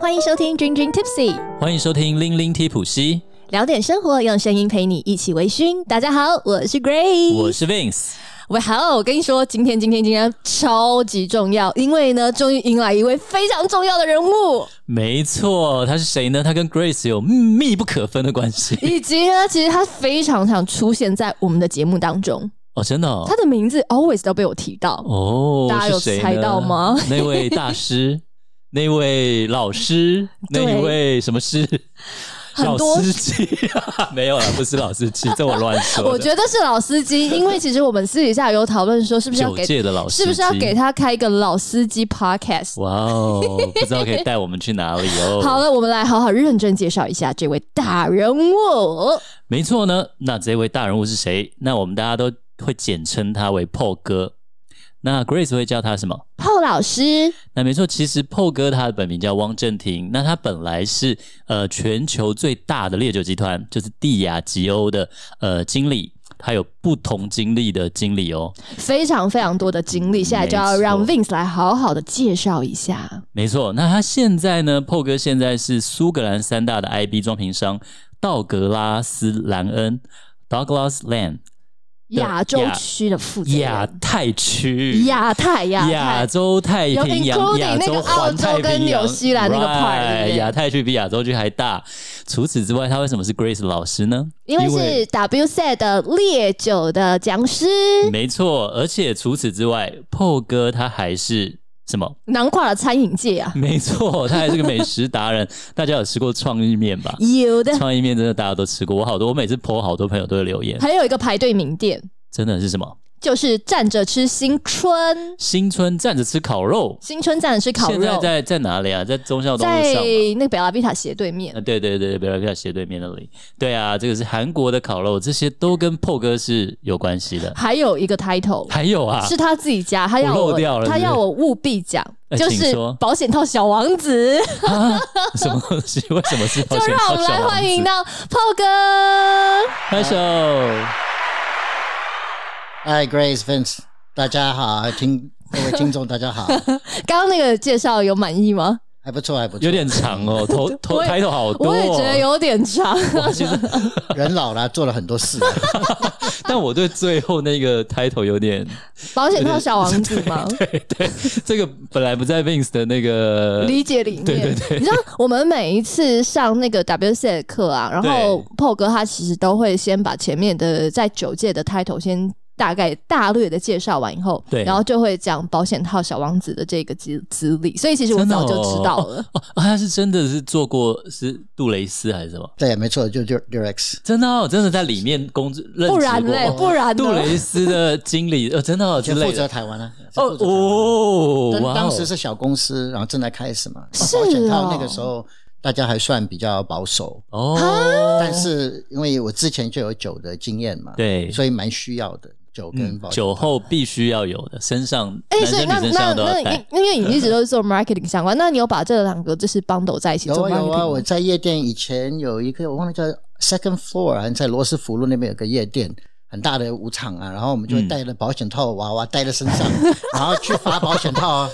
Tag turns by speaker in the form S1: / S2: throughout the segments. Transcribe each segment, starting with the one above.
S1: 欢迎收听《君君 Tipsy》，
S2: 欢迎收听《零零提普西
S1: 聊点生活，用声音陪你一起微醺。大家好，我是》，Grace，
S2: 我是 Vince。
S1: 喂，好，我跟你说，今天今天今天超级重要，因为呢，终于迎来一位非常重要的人 物，
S2: 没错，他是谁呢？他跟 Grace 有密不可分的关系
S1: 以及呢，其实他非常常出现在我们的节目当中，
S2: 哦，真的哦
S1: 他。的名字 always 都被我提到。
S2: 哦，
S1: 大家有
S2: 是谁呢
S1: 猜到吗？
S2: 那位大师，那位老师，那
S1: 对
S2: 一位什么师？
S1: 很
S2: 老
S1: 多
S2: 司机 没有了，不是老司 机，这我乱说的。
S1: 我觉得是老司机，因为其实我们私底下有讨论说，是不是要
S2: 九
S1: 给，
S2: 届的老司机
S1: 是不是要给？他开一个老司机 podcast？
S2: 哇哦，不知道可以带我们去哪里 哦。
S1: 好了，我们来好好认真介绍一下这位大人物。
S2: 没错呢，那这位大人物是谁？那我们大家都会简称他为 Paul 哥。那 Grace 会叫他什么？
S1: 后老师，
S2: 那没错，其实 Paul 哥他的本名叫汪正廷，那他本来是呃全球最大的烈酒集团，就是蒂亚吉欧的呃经理，他有不同经历的经理哦。
S1: 非常非常多的经历，现在就要让
S2: 没
S1: Vince 来好好的介绍一下。
S2: 没错，那他现在呢？Paul 哥现在是苏格兰三大的 IB 装瓶商道格拉斯兰恩 （Douglas Land）
S1: 亚洲区的负责
S2: 亚
S1: 人，
S2: 太区
S1: 亚太亚
S2: 亚
S1: 太，
S2: 洲太平
S1: 有
S2: 洋、
S1: including
S2: 亚洲环太
S1: 那个澳洲跟
S2: 平洋、
S1: 纽西兰那个 part，对不
S2: right，
S1: 对
S2: 亚太区比亚洲区还大。除此之外，他为什么是 Grace 老师呢？
S1: 因为是 W C 的烈酒的讲师，
S2: 没错，而且除此之外，Paul 哥他还是什么？
S1: 囊括了餐饮界啊，
S2: 没错，他还是个美食达人。 大家有吃过创意面 吧？
S1: 有的，
S2: 创意面真的大家都吃过，我好多，我每次 PO 好多朋友都会留言，
S1: 还有一个排队名店，
S2: 真的是什么？
S1: 就是站着吃新春，
S2: 新春站着吃烤肉，
S1: 新春站着吃烤
S2: 现在
S1: 肉，
S2: 在在哪里啊？在忠孝东
S1: 在
S2: 路上吗？
S1: 那个北拉比塔斜对面
S2: 啊，。对对对，北拉比亚斜对面那里。对啊，这个是韩国的烤肉，这些都跟 PO 哥是有关系的。
S1: 还有一个 title
S2: 还有啊，
S1: 是他自己加，他要
S2: 我漏掉
S1: 我
S2: 了
S1: 他
S2: 是不是
S1: 要我务必讲，
S2: 哎
S1: 就
S2: 请
S1: 是
S2: 说
S1: 保险套小王子，
S2: 啊什么东西？为什么是
S1: 就
S2: 保险
S1: 让我
S2: 套
S1: 们
S2: 小
S1: 来
S2: 王
S1: 欢迎
S2: 子
S1: 到炮哥。
S2: 拍手。
S3: 嗨，Grace Vince，大家好，听各位听众 大家好，
S1: 刚刚那个介绍有满意吗？
S3: 还不错，还不错，
S2: 有点长哦， 头头
S1: 我也
S2: 抬头好多、哦。
S1: 我也觉得有点长，
S2: 哇。其实，
S3: 人老了做了很 多事，
S2: 但我对最后那个 title 有点，
S1: 保险套小王子吗？
S2: 对对，这个本来不在 Vince 的那个
S1: 理解里面，
S2: 对对对
S1: 你知道我们每一次上那个 WC 的课啊，然后 PO 哥他其实都会先把前面的在九届的 title 先大概大略的介绍完以后，
S2: 对
S1: 然后就会讲保险套小王子的这个资资历，所以其实我
S2: 真的
S1: 早就
S2: 哦
S1: 知道了。
S2: 哦，他是真的是做过是杜蕾斯还是什么？
S3: 对，没错，就就 Durex，
S2: 真的哦，真的在里面工作，任职
S1: 不然嘞
S2: 过，哦
S1: 不然
S2: 杜
S1: 呢？
S2: 蕾斯的经理，呃，真的哦之
S3: 就负
S2: 类
S3: 责
S2: 的。
S3: 台湾啊，
S2: 哦
S3: 哦，
S2: 哦，
S3: 当
S2: 哇哦
S3: 当时是小公司，然后正在开始嘛，
S1: 是
S3: 保险
S1: 哦
S3: 套那个时候大家还算比较保守，
S2: 哦，
S3: 但是因为我之前就有酒的经验嘛，，
S2: 对，嗯
S3: 所以蛮需要的酒跟保险
S2: 酒后必须要有的，身上
S1: 哎、
S2: 男
S1: 所以
S2: 生女
S1: 那
S2: 生身
S1: 那
S2: 上都
S1: 那
S2: 要
S1: 你
S2: 带。
S1: 因为你一直都是做 marketing 相关，那你有把这两个就是 bundle 在一起
S3: 有
S1: 做
S3: 啊
S1: marketing？
S3: 有啊，
S1: 吗
S3: 我在夜店以前有一个我忘了叫 Second Floor，还在罗斯福路那边有个夜店。很大的舞场啊，然后我们就
S2: 嗯
S3: 带着保险套娃娃带在身上， 然后去发保险套啊，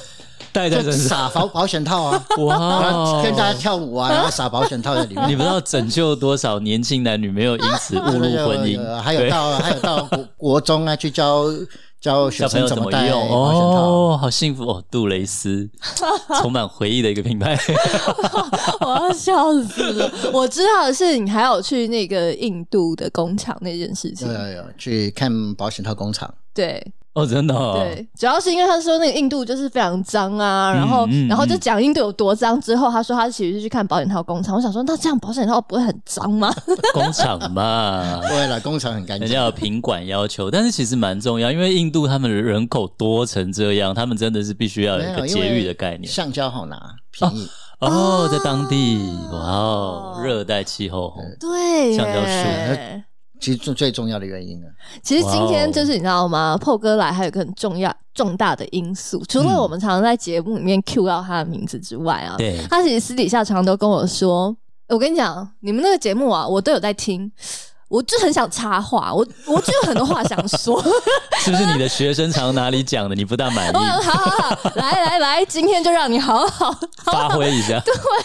S2: 带在
S3: 就
S2: 身上，
S3: 撒保保险套啊，然后
S2: 哇！哦
S3: 跟大家跳 舞啊，然后撒保险套在里面。
S2: 你不知道拯救多少年轻男女没有因此误入婚
S3: 有有有
S2: 姻，
S3: 还有
S2: 对
S3: 到还有到国国中啊，去教教学
S2: 小朋
S3: 生
S2: 友怎
S3: 么
S2: 么
S3: 戴
S2: 用
S3: 保险套。
S2: 哦，好幸福哦！杜 蕾斯充满回忆的一个品牌，
S1: 我要笑死了！ 我知道的是，你还有去那个印度的工厂那件事情
S3: 有，有有，去看保险套 工厂。
S1: 对
S2: 哦，真的哦，
S1: 对，主要是因为他说那个印度就是非常脏啊，然后
S2: 嗯嗯
S1: 然后就
S2: 嗯
S1: 讲印度有多脏，之后他说他其实是去看保险套工厂，我想说那这样保险套不会很脏吗？
S2: 工厂嘛，
S3: 对了，工厂很干
S2: 人
S3: 净。
S2: 家有品管要求，但是其实蛮重要，因为印度他们的人口多成这样，他们真的是必须要有一个
S3: 没有因
S2: 节
S3: 为
S2: 育的概念。
S3: 橡胶好拿，便宜。
S2: 哦，在当地，哇哦，热带气候，
S1: 对
S2: 橡胶
S1: 耶
S2: 树。
S3: 其实最最重要的原因呢，
S1: 其实今
S2: 哇
S1: 天
S2: 哦
S1: 就是你知道吗？PO 哥来还有一个很重要重大的因素，除了
S2: 嗯
S1: 我们常常在节目里面 cue 到他的名字之外啊，
S2: 对
S1: 他其实私底下常常都跟我说：“我跟你讲，你们那个节目啊，我都有在听。我就很想插话，我 我就有很多话想说。
S2: 是不是你的学生常哪里讲 的你不大 满
S1: 我
S2: 意？
S1: 想好好好，来来来，今天就让你好好
S2: 发挥一下，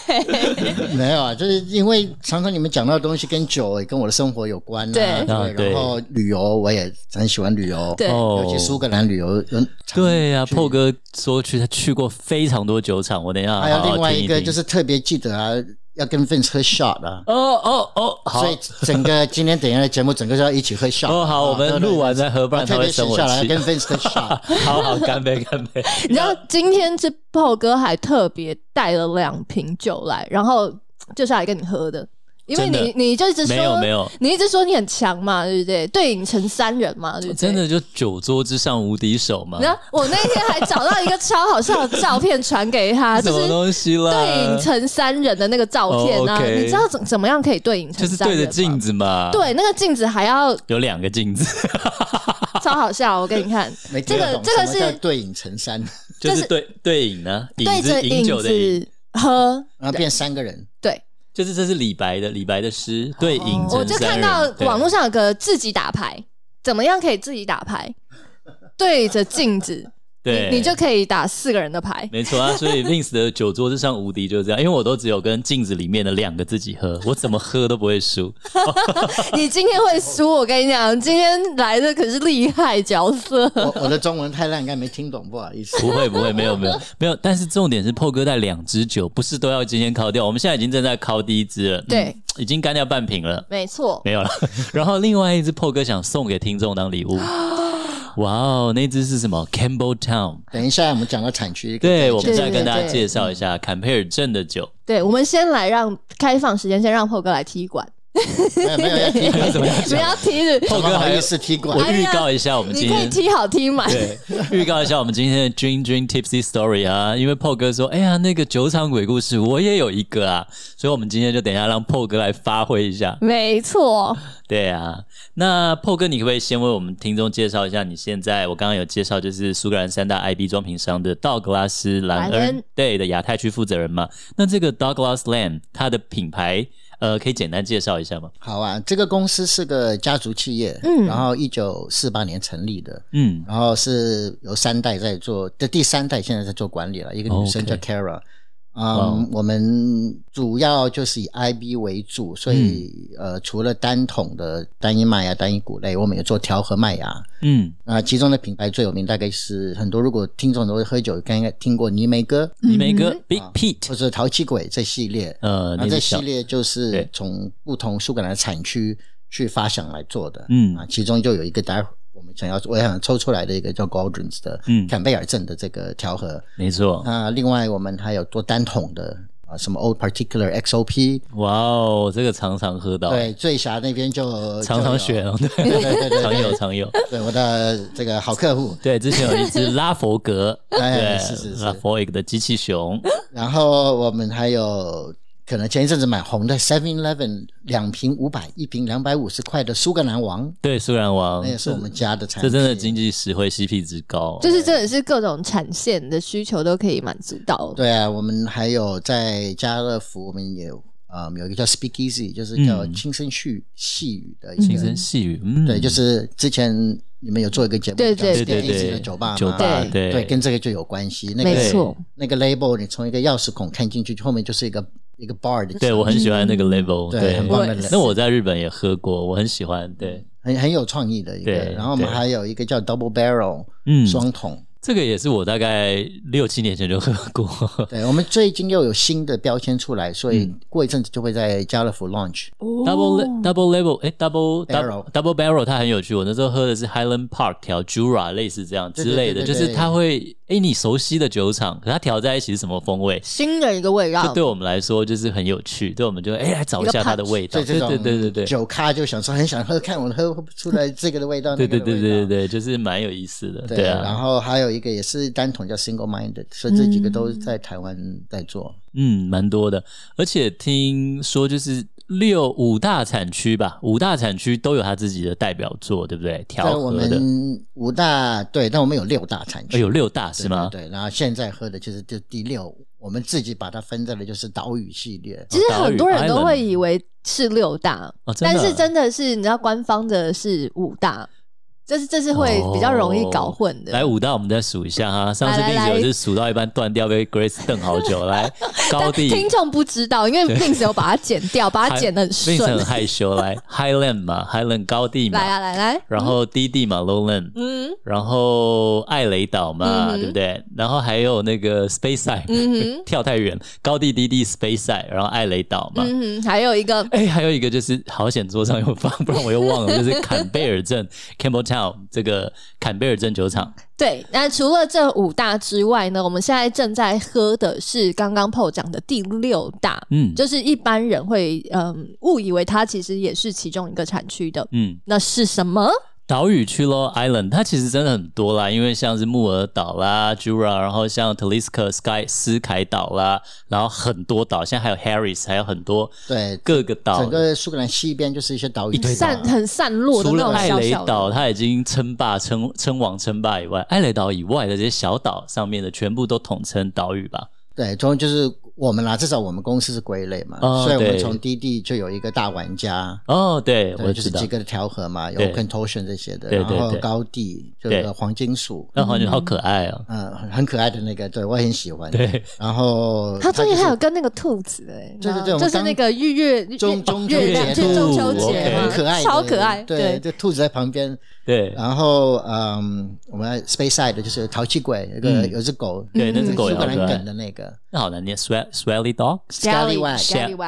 S1: 对，
S3: 没有啊，就是因为常常你们讲到的东西跟酒也跟我的生活有关啊，
S1: 对
S2: 啊对
S3: 然后旅游我也很喜欢旅 游，
S1: 对
S2: 哦
S3: 尤其苏格兰旅游，嗯
S2: 对呀、
S3: 去
S2: p o 哥说去他去过非常多酒厂，我等一啊下好好
S3: 还有另外
S2: 听
S3: 一
S2: 一
S3: 个
S2: 听
S3: 就是特别记得啊，要跟 Vince 喝 shot 啊。
S2: 哦哦哦，好
S3: 所以整个今天等一下的节目，整个是要一起喝 shot
S2: 哦好，我
S3: 啊
S2: 们录完再喝，不然他
S3: 特
S2: 会
S3: 别
S2: 生
S3: 省
S2: 我
S3: 下来
S2: 气
S3: 跟。Vince 喝 shot，
S2: 好好，干杯，干 杯！
S1: 你知道今天这炮哥还特别带了两瓶酒来，然后就是来跟你喝的，因为
S2: 真
S1: 你
S2: 的
S1: 你就一直说
S2: 没有没有
S1: 你一直说你很强嘛，对不对？对影成三人嘛，对不对？
S2: 哦真的就酒桌之上无敌手嘛？
S1: 然后我那天还找到一个超好笑的照片传给 他，
S2: 什
S1: 就
S2: 么
S1: 是
S2: 东西啦？
S1: 对影成三人的那个照片啊，
S2: 哦，OK
S1: 你知道怎怎么样可以对影
S2: 就
S1: 成
S2: 是
S1: 三
S2: 对
S1: 人
S2: 着
S1: 吗
S2: 镜子啊嘛。，
S1: 对，那个镜子还要
S2: 有两个镜子，
S1: 超好笑，我给你看，
S3: 没
S1: 这
S3: 听
S1: 个
S3: 懂
S1: 这个
S3: 什么叫
S1: 是
S3: 对影成山，
S1: 就
S2: 就是是对对影呢，
S1: 对
S2: 影
S1: 着
S2: 子饮酒的影，
S1: 子喝，
S3: 然后变三 个人，
S1: 对，
S2: 就是这是李白的李白的诗，对影
S1: 哦我
S2: 成
S1: 就
S2: 三
S1: 看
S2: 人
S1: 到
S2: 对
S1: 网络上有个自己打牌，怎么样可以自己打牌？对着镜子，
S2: 对，
S1: 你就可以打四个人的牌。
S2: 没错啊，所以 Vince 的酒桌之上无敌就是这样，因为我都只有跟镜子里面的两个自己喝，我怎么喝都不 会输。
S1: 你今天会输，我跟你讲，今天来的可是厉害角色。
S3: 我我的中文太烂，应该没听懂，不 好意思。
S2: 不会不会，没有没有没有，但是重点是破哥带两支酒，不是都要今天敲掉？我们现在已经正在敲第一支了，
S1: 对
S2: 嗯已经干掉半瓶了，
S1: 没错，
S2: 没有了。 然后另外一支破哥想送给听众当 礼物，哇哦，那支是什么？Campbell Town。
S3: 等一下我们讲到产区，
S2: 对，我们再跟大
S1: 对
S2: 家
S1: 对
S2: 介绍一下坎佩尔镇的酒。
S1: 对，我们先来让开放时间，先让破哥来踢馆，
S3: 哎没有没有要 踢馆，怎么
S1: 不要踢的，
S2: 破
S3: 不
S2: 哥
S3: 好
S2: 还
S3: 意思踢馆
S2: 我？
S1: 哎
S2: 预
S1: 呀
S2: 告一下，我们今
S1: 你可以
S2: 天
S1: 踢好踢满。
S2: 对，预告一下我们今天的 Dream Dream Tipsy Story 啊，因为 p o 哥说，哎呀，那个酒厂鬼故事我也有一个啊，所以我们今天就等一下让 p o 哥来发挥一下。
S1: 没错，
S2: 对啊，那 p o 哥，你可不可以先为我们听众介绍一下你现在？我刚刚有介绍，就是苏格兰三大 IB 装瓶商的道格拉斯兰
S1: 兰
S2: 恩
S1: 恩
S2: 对的亚太区负责人嘛？那这个 Douglas Land 它的品牌，呃，可以简单介绍一下吗？
S3: 好啊，这个公司是个家族企业，然后一九四八年成立的，
S2: 嗯，
S3: 然后是由三代在做，这第三代现在在做管理了，一个女生叫
S2: OK
S3: Kara。
S2: 哇哦
S3: 嗯，我们主要就是以 IB 为主，所以、
S2: 嗯
S3: 呃，除了单桶的单一麦芽、单一谷类，我们也做调和麦芽。
S2: 嗯，
S3: 啊、其中的品牌最有名大概是很多，如果听众都会喝酒，应该听过泥梅哥
S1: 嗯
S2: 你梅哥 Big
S3: 或
S2: Pete，
S3: 者淘气鬼这系列。
S1: 啊
S2: 呃，
S3: 那
S2: 你
S3: 这
S2: 是
S3: 系
S2: 小
S3: 列就是
S2: 对
S3: 从不同苏格兰的产区去发想来做的，
S2: 嗯
S3: 啊，其中就有一个待会儿我们想要我想抽出来的一个叫 Goldrins 的，
S2: 嗯
S3: 坎贝尔镇的这个调和。
S2: 没错，
S3: 那、另外我们还有做单桶的啊，什么 Old Particular XOP，
S2: 哇哦，这个常常喝到，
S3: 对，醉侠那边就
S2: 常常选，
S3: 就有
S2: 哦，对，
S3: 对对对
S2: 常
S3: 对
S2: 有常有。
S3: 对，我的这个好客户。
S2: 对，之前有一 只拉佛格，
S3: 哎
S2: 对，
S3: 是是是
S2: 拉佛格的机器熊，
S3: 然后我们还有可能前一阵子买红的 Seven Eleven 两瓶五百，一瓶两百五十块的苏格兰王，
S2: 对，苏然王
S3: 那，也是我们家的产
S2: 哦这
S3: 品。
S2: 真的经济实惠，CP 值高。哦
S1: 就是真的是各种产线的需求都可以满足到。
S3: 对啊，我们还有在家乐福，我们也呃有一个叫 Speakeasy，就是叫
S2: 嗯
S3: 轻声细细语的一
S2: 轻
S3: 个，
S2: 声细语，嗯，
S3: 对，就是之前你们有做一个节目
S1: 对
S3: 叫
S1: 对
S2: 对
S3: Speakeasy
S2: 对
S3: 的酒吧嘛，
S2: 酒吧
S3: 对
S2: 对
S3: 跟这个就有关系。那
S1: 没
S3: 个
S1: 错，
S3: 那个 label，你从一个钥匙孔看进去，后面就是一个一个 bar 的，
S2: 对我很喜欢那个 level，
S3: 嗯对
S2: 对
S3: 很棒
S1: 的我 level
S2: 那我在日本也喝过，我很喜欢。对，
S3: 很很有创意的一个。
S2: 对
S3: 然后我们
S2: 对
S3: 还有一个叫 Double Barrel
S2: 嗯，
S3: 双桶。
S2: 这个也是我大概六七年前就喝过。
S3: 对，我们最近又有新的标签出来，所
S2: 嗯
S3: 以过一阵子就会在家乐福 launch。
S2: Double
S1: 哦
S2: le- double level，哎，double
S3: Barrel
S2: double- double barrel，它很有趣。我那时候喝的是 Highland Park 调 Jura，类似这样
S3: 对
S2: 之类的，
S3: 对对
S2: 就
S3: 对
S2: 是它会，哎，你熟悉的酒厂，可它调在一起是什么风味？
S1: 新的一个
S3: 啊
S1: 味
S2: 这
S1: 道
S2: 对，我们来说就是很有趣，对我们就哎来找一下它的味道，
S3: 所以
S2: 对
S3: 这种
S2: 对对对对。
S3: 酒咖就想说很想喝，看我喝不出来这个的味道，
S2: 对
S3: 那
S2: 对
S3: 个的
S2: 对
S3: 味
S2: 对对
S3: 道
S2: 对，就是蛮有意思的，
S3: 对
S2: 对
S3: 然
S2: 啊，
S3: 后还有一个也是单桶叫 Single Minded，所以这几个都在台湾在做。
S2: 嗯，蛮多的。而且听说就是六五大产区吧，五大产区都有它自己的代表作，对不对？
S3: 在
S2: 调
S3: 我
S2: 和的，
S3: 们五大对，但我们有六大产
S2: 哎
S3: 区。
S2: 有六大
S3: 对
S2: 是吗？
S3: 对，对然后现在喝的就是就第六我们自己把它分在的就是岛屿系列。
S1: 其实很多人都
S2: 岛屿
S1: 会
S2: island
S1: 以为是六大，
S2: 哦真
S1: 但
S2: 的
S1: 是真的是你知道官方的是五大，这是这是会
S2: 哦
S1: 比较容易搞混的。
S2: 来五大，我们再数一下哈。上次
S1: 来来
S2: Vince 有
S1: 来
S2: 是数到一半断掉，被 Grace 瞪好久。 来，高
S1: 但
S2: 地
S1: 听众不知道，因为 Vince 有把它剪掉，把它剪的很
S2: Vince 很
S1: 顺。
S2: 害羞。来 Highland 嘛，Highland 高地嘛
S1: 来，啊来来，
S2: 然后低地嘛，Lowland，
S1: 嗯
S2: 然后艾雷岛嘛，
S1: 嗯哼
S2: 对不对？然后还有那个 Space Side，
S1: 嗯哼
S2: 跳太远，高地低地 Space Side，然后艾雷岛嘛。
S1: 嗯哼，还有一个
S2: 哎，还有一个就是好险桌上有放，不然我又忘了，就是坎贝尔镇 （Campbelltown） 这个坎贝尔镇酒厂。
S1: 对，那除了这五大之外呢，我们现在正在喝的是刚刚 PO 讲的第六大，
S2: 嗯
S1: 就是一般人会嗯误以为它其实也是其中一个产区的。
S2: 嗯，
S1: 那是什么？
S2: 岛屿去咯，island，它其实真的很多啦，因为像是木鹅岛啦、Jura，然后像 Talisker Sky 斯凯岛啦，然后很多岛，现在还有 Harris，还有很多
S3: 对，
S2: 各个岛，
S3: 整个苏格兰西边就是一些岛屿，
S1: 散
S2: 啊
S1: 很散落的
S2: 除
S1: 那
S2: 了
S1: 种
S2: 艾
S1: 小
S2: 雷
S1: 小
S2: 岛，
S1: 的。
S2: 它已经称霸称称王称霸以外，艾雷岛以外的这些小岛上面的，全部都统称岛屿吧。
S3: 对，从就是我们啦，至少我们公司是归类嘛，
S2: 哦
S3: 所以我们
S2: 对
S3: 从低地就有一个大玩家，
S2: 哦，对，
S3: 对，
S2: 我
S3: 就
S2: 知
S3: 是
S2: 道
S3: 几，个的调和嘛，有
S2: 对
S3: contortion 这些的，
S2: 对
S3: 然
S2: 对
S3: 后
S2: 对
S3: 高地就
S2: 对
S3: 是黄金属，
S2: 那黄牛好可爱哦。
S3: 嗯，很很可爱的那个，对我也很喜欢。
S2: 对，
S3: 然后
S1: 它中间
S3: 就是
S1: 还有跟那个兔子哎、你知
S3: 对对
S1: 道
S3: 对我们
S1: 就是
S3: 刚
S1: 那个月月月
S3: 中中秋
S1: 月
S3: 节
S1: 亮，
S3: 兔
S1: 就是中秋
S2: 对
S1: 节
S2: 对
S1: 嘛，
S3: 很可爱的，
S1: 超可爱。
S3: 对，这兔子在旁边，
S2: 对，
S3: 然后嗯，我们 Space Side 的就是淘气鬼，有个
S2: 嗯
S3: 有只狗，
S2: 对那只狗也
S3: 苏格
S2: 好可
S3: 兰
S2: 爱
S3: 梗的那个
S2: 那好难念，swell swelly dog
S3: Scallywag，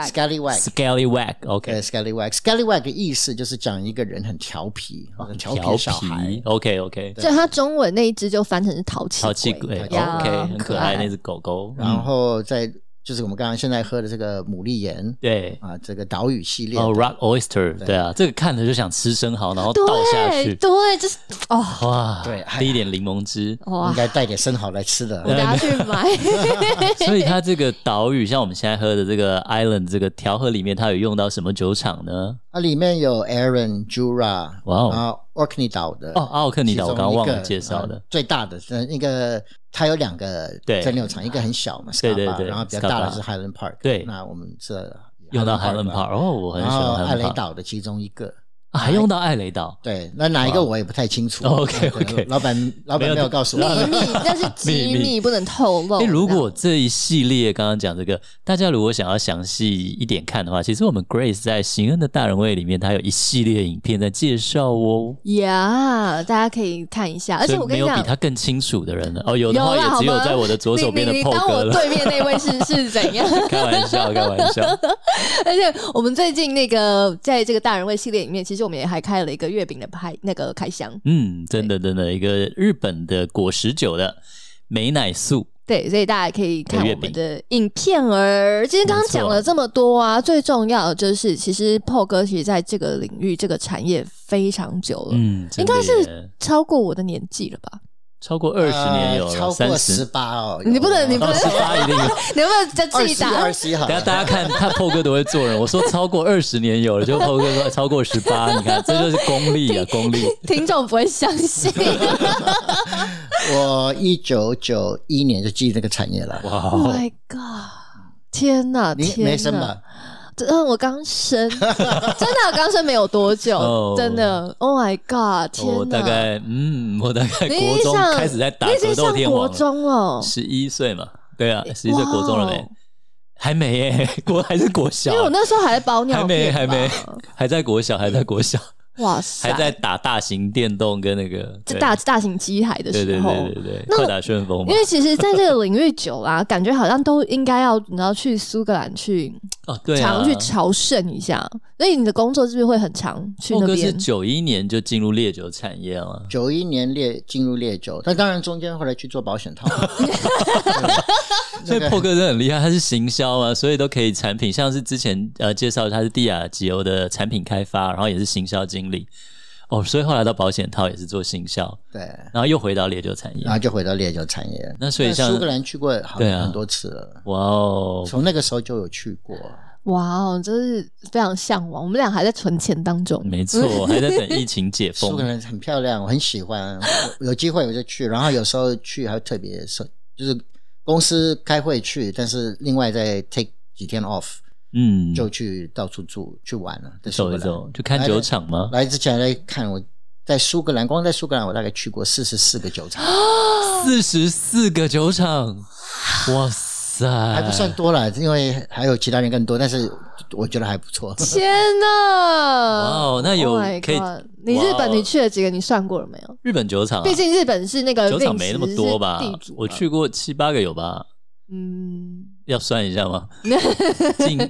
S1: Scallywag
S3: Scallywag。
S2: scallywag，OK，
S3: 对，Scallywag，Scallywag 的意思就是讲一个人很调皮，哦
S2: 哦
S3: 很调皮的小孩。
S2: ，OK OK，
S1: 所以它中文那一只就翻成是淘气
S2: 淘气鬼哦
S3: 对
S1: 呀
S2: ，OK，很
S1: 很
S2: 可
S1: 可
S2: 爱
S1: 爱
S2: 那只狗狗。嗯
S3: 然后再就是我们刚刚现在喝的这个牡蛎盐
S2: 对，
S3: 啊，这个岛屿系列的
S2: 哦，Rock Oyster，
S3: 对
S2: 对啊，这个看着就想吃生蚝，然后倒下
S1: 对
S2: 去，
S1: 对，就是哦，
S2: 哇，
S3: 对哎呀
S2: 滴一点柠檬汁。
S1: 哇
S3: 应，该带点生蚝来吃
S1: 我等
S3: 的。
S1: 下去 买。
S3: 哎
S2: 所以它这个岛屿，像我们现在喝的这个 Island 这个调和里面，它有用到什么酒厂呢？
S3: 啊，里面有 Aaron、Jura，
S2: 哇哦
S3: 然后 Orkney 岛的
S2: 哦，奥克尼岛，我
S3: 啊其中
S2: 刚刚忘
S3: 一
S2: 了
S3: 个
S2: 介绍的
S3: 呃。最大的呃一个，它有两个
S2: 对
S3: 蒸馏厂，一个很小嘛，
S2: 对
S3: Scarborough，
S2: 对对
S3: 然后比较大的是
S2: Scarborough
S3: Highland Park，
S2: 对
S3: 那我们是
S2: 用到
S3: Highland
S2: Highland
S3: Park，
S2: Park，哦，我很
S3: 然
S2: 喜
S3: 后
S2: 欢
S3: 艾
S2: Highland
S3: 雷
S2: Park，
S3: 岛的其中一个。
S2: 啊还用到艾雷岛，
S3: 对，那哪一个我也不太清楚。
S2: 哇 OK，
S3: 可能
S2: OK
S3: 老板老板
S2: 没有
S3: 没有告诉
S1: 秘
S3: 我。
S1: 密，但是机
S2: 秘密
S1: 密不能透露。
S2: 哎、如果这一系列刚刚讲这个，大家如果想要详细一点看的话，其实我们 Grace 在《行恩的大人味》里面，它有一系列影片在介绍哦。
S1: 呀，大家可以看一下，而且
S2: 所以
S1: 我跟
S2: 没
S1: 你
S2: 有比
S1: 讲，
S2: 他更清楚的人了。哦，有
S1: 有
S2: 的话
S1: 啦
S2: 也
S1: 好
S2: 只有
S1: 吗
S2: 在我的左手边的
S1: 你你
S2: p
S1: 当
S2: o
S1: 我
S2: 了。
S1: 对面那位是 是怎样？
S2: 开玩笑，开玩 笑。
S1: 而且我们最近那个在这个大人味系列里面，其实我们也还开了一个月饼的拍那个开箱，
S2: 嗯，真的，真的，一个日本的果实酒的美乃素。
S1: 对，所以大家可以看
S2: 有月
S1: 我
S2: 饼
S1: 们的影片儿。今天刚刚讲了这么多啊，最重要的就是，其实 PO 哥其实在这个领域、这个产业非常久了，
S2: 嗯，真的
S1: 应该是
S2: 耶
S1: 超过我的年纪了吧？
S2: 超过二十年有
S3: 呃
S2: 了，
S3: 超过
S2: 三
S3: 十
S2: 十。
S3: 八哦。
S1: 你不能你不
S2: 二
S1: 能
S2: 十八一定有，
S1: 你能不能再自
S3: 二
S1: 己
S3: 十
S1: 打？
S3: 二十一好
S2: 等一下
S3: 了。
S2: 大家看看破哥多会做人。我说超过二十年有了，就破哥说超过十八，你看这就是功 力啊，功力。
S1: 听众不会相信。
S3: 我一九九一年就进这个产业了，
S2: 哇
S1: oh my god！天哪，
S3: 你
S1: 天
S3: 没什么
S1: 哪！。这嗯，我刚生， 真的，我刚生没有多久
S2: 哦
S1: 真的。Oh my god！天哪，
S2: 我大概嗯，我大概
S1: 你
S2: 国中
S1: 上
S2: 开始在打
S1: 你已
S2: 格
S1: 经
S2: 斗
S1: 上
S2: 天
S1: 国
S2: 王了，
S1: 中哦，
S2: 十一岁嘛，对啊，十一岁国中了
S1: 哇
S2: 没
S1: 哦？
S2: 还没耶， 国还是国小
S1: 因为，我那时候还在包尿
S2: 还没
S1: 片吧
S2: 还没，还在国小，还在 国小，
S1: 哇塞，
S2: 还在打大型电动跟那个
S1: 这
S2: 对
S1: 大大型机海的
S2: 对
S1: 时
S2: 对
S1: 候。
S2: 对对对，
S1: 那
S2: 快打旋风嘛
S1: 因。为其实，在这个领域久啦、感觉好像都应该要，你要去苏格兰去
S2: 哦，对啊
S1: 常，去朝圣一下。所以你的工作是不是会很常去
S2: 破
S1: 那
S2: 哥是
S1: 边？
S2: 九一年就进入烈酒产业了。
S3: 九一年烈进入烈酒，但当然中间后来去做 保险套。
S2: 所以破哥真的很厉害，他是行销啊，所以都可以产品，像是之前呃介绍他是蒂亚吉欧的产品开发，然后也是行销经理。哦，所以后来到保险套也是做行销，
S3: 对，
S2: 然后又回到烈酒产业
S3: 然。后就回到烈酒产业。
S2: 那所以
S3: 但
S2: 像
S3: 苏格兰去过好
S2: 对啊
S3: 很多次了，
S2: 哇哦，
S3: 从那个时候就有去过。
S1: 哇哦，真是非常向往。我们俩还在存钱当中，
S2: 没错，我还在等疫情解
S3: 苏格
S2: 封。
S3: 兰很 漂亮，我很喜欢。我有机会我就去，然后有时候去还特别是就是公司开会去，但是另外再 take 几天 off，
S2: 嗯，
S3: 就去到处住去玩了，再
S2: 走一走，就看酒厂吗？
S3: 来之前来看我。在苏格兰，光在苏格兰，我大概去过四十四个酒厂，
S2: 四十四个酒厂，哇塞，
S3: 还不算多了，因为还有其他人更多，但是我觉得还不 错。
S1: 天呐！
S2: 哇哦，那有
S1: Oh my
S2: 可以
S1: God，你日
S2: 哇哦
S1: 本你去了几个？你算过了没有？
S2: 日本酒厂啊，
S1: 毕竟日本是那个
S2: 酒厂没那么
S1: Vince
S2: 多吧
S1: 是地主嘛，啊
S2: 我去过七八个有吧，
S1: 嗯，
S2: 要算一 下吗？进呃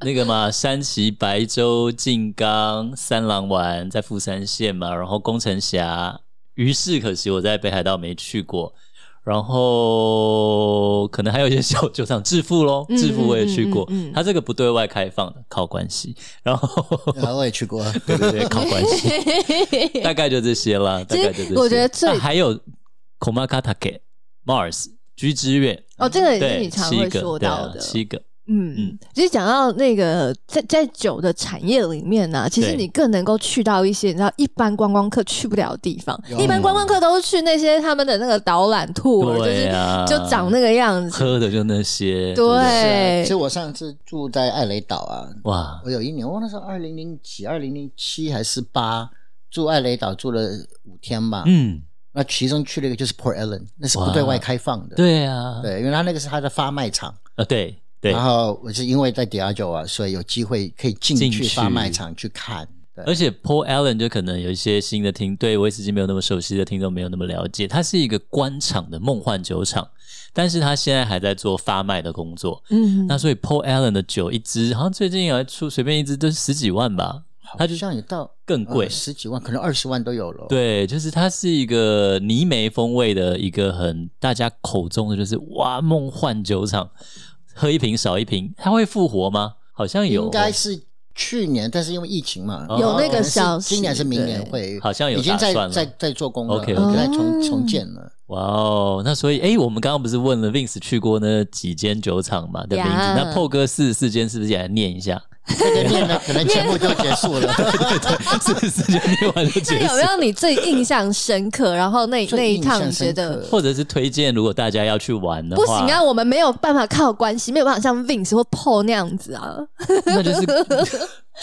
S2: 那个嘛，山崎、白州、静冈、三郎丸在富山县嘛，然后宫城峡。于是，可惜我在北海道没去过。然后可能还有一些小酒厂，致富咯，
S1: 嗯
S2: 致富我也去过，
S1: 嗯嗯嗯嗯
S2: 它这个不对外开放的，靠关系。然后
S3: 然后我也去过，
S2: 对对对， 靠关 系，大概就这些啦，大
S1: 其实
S2: 概就这些。
S1: 我觉得最
S2: 啊还有 Komakatake Mars 居之月
S1: 哦，这个也是
S2: 对，
S1: 你常
S2: 七
S1: 会
S2: 个
S1: 说
S2: 对啊
S1: 到的，
S2: 七个，
S1: 嗯，其实讲到那个在在酒的产业里面呢、其实
S2: 对
S1: 你更能够去到一些你知道一般观光客去不了的地方。
S3: 有
S1: 一般观光客都是去那些他们的那个导览兔，
S2: 对啊，
S1: 就是就长那个样子。
S2: 喝的就那些，
S1: 对
S2: 不
S3: 啊对。其实我上次住在艾雷岛啊，
S2: 哇，
S3: 我有一年，我忘了是二零零几、二零零七还是八，住艾雷岛住了五天吧。
S2: 嗯，
S3: 那其中去了一个就是 Port Ellen，那是不
S2: 哇
S3: 对外开放的。
S2: 对啊，
S3: 对因为它那个是它的发卖场。
S2: 啊，对对
S3: 然，后我是因为在 Diageo 啊，所以有机会可以进
S2: 进
S3: 去
S2: 去
S3: 发卖场去看。对
S2: 而且 Paul Allen 就可能有一些新的听对威士忌没有那么熟悉的听众没有那么了解，它是一个官场的梦幻酒厂，但是他现在还在做发卖的工作。
S1: 嗯，
S2: 那所以 Paul Allen 的酒一支好像最近还出随便一支都十几万吧，它就
S3: 好像也到
S2: 更贵
S3: 呃十几万，可能二十万都有了。，
S2: 对，就是它是一个泥煤风味的一个很大家口中的就是哇梦幻酒厂，喝一瓶少一瓶，它会复活吗？好像有，哦
S3: 应该是去年，但是因为疫情嘛，
S2: 有
S3: 然后
S2: 那
S1: 个
S3: 可能是
S1: 消息
S3: 今年是明年
S1: 对
S3: 会，
S2: 好像有
S3: 已经在
S2: 打算了
S3: 在在做工了
S2: OK，OK
S3: 在重
S1: 哦
S3: 重建了。
S2: 哇哦！那所以诶，我们刚刚不是问了 Vince 去过那几间酒厂嘛的名字？
S1: 呀
S2: 那 PO 哥四十四间是不是也来念一下？
S3: 这个念呢，可能节目就结束 了。
S2: 四十四间念完就
S1: 那
S2: 结
S1: 有没
S2: 束。
S1: 有你最印象深 刻？然后那那
S3: 最
S1: 一
S3: 印
S1: 趟
S3: 象
S1: 觉
S3: 深
S1: 得
S3: 刻
S2: 或者是推荐，如果大家要去玩的
S1: 不
S2: 话，
S1: 行啊，我们没有办法靠关系，没有办法像 Vince 或 Paul 那样 子
S3: 哦
S1: 啊。
S2: 那就是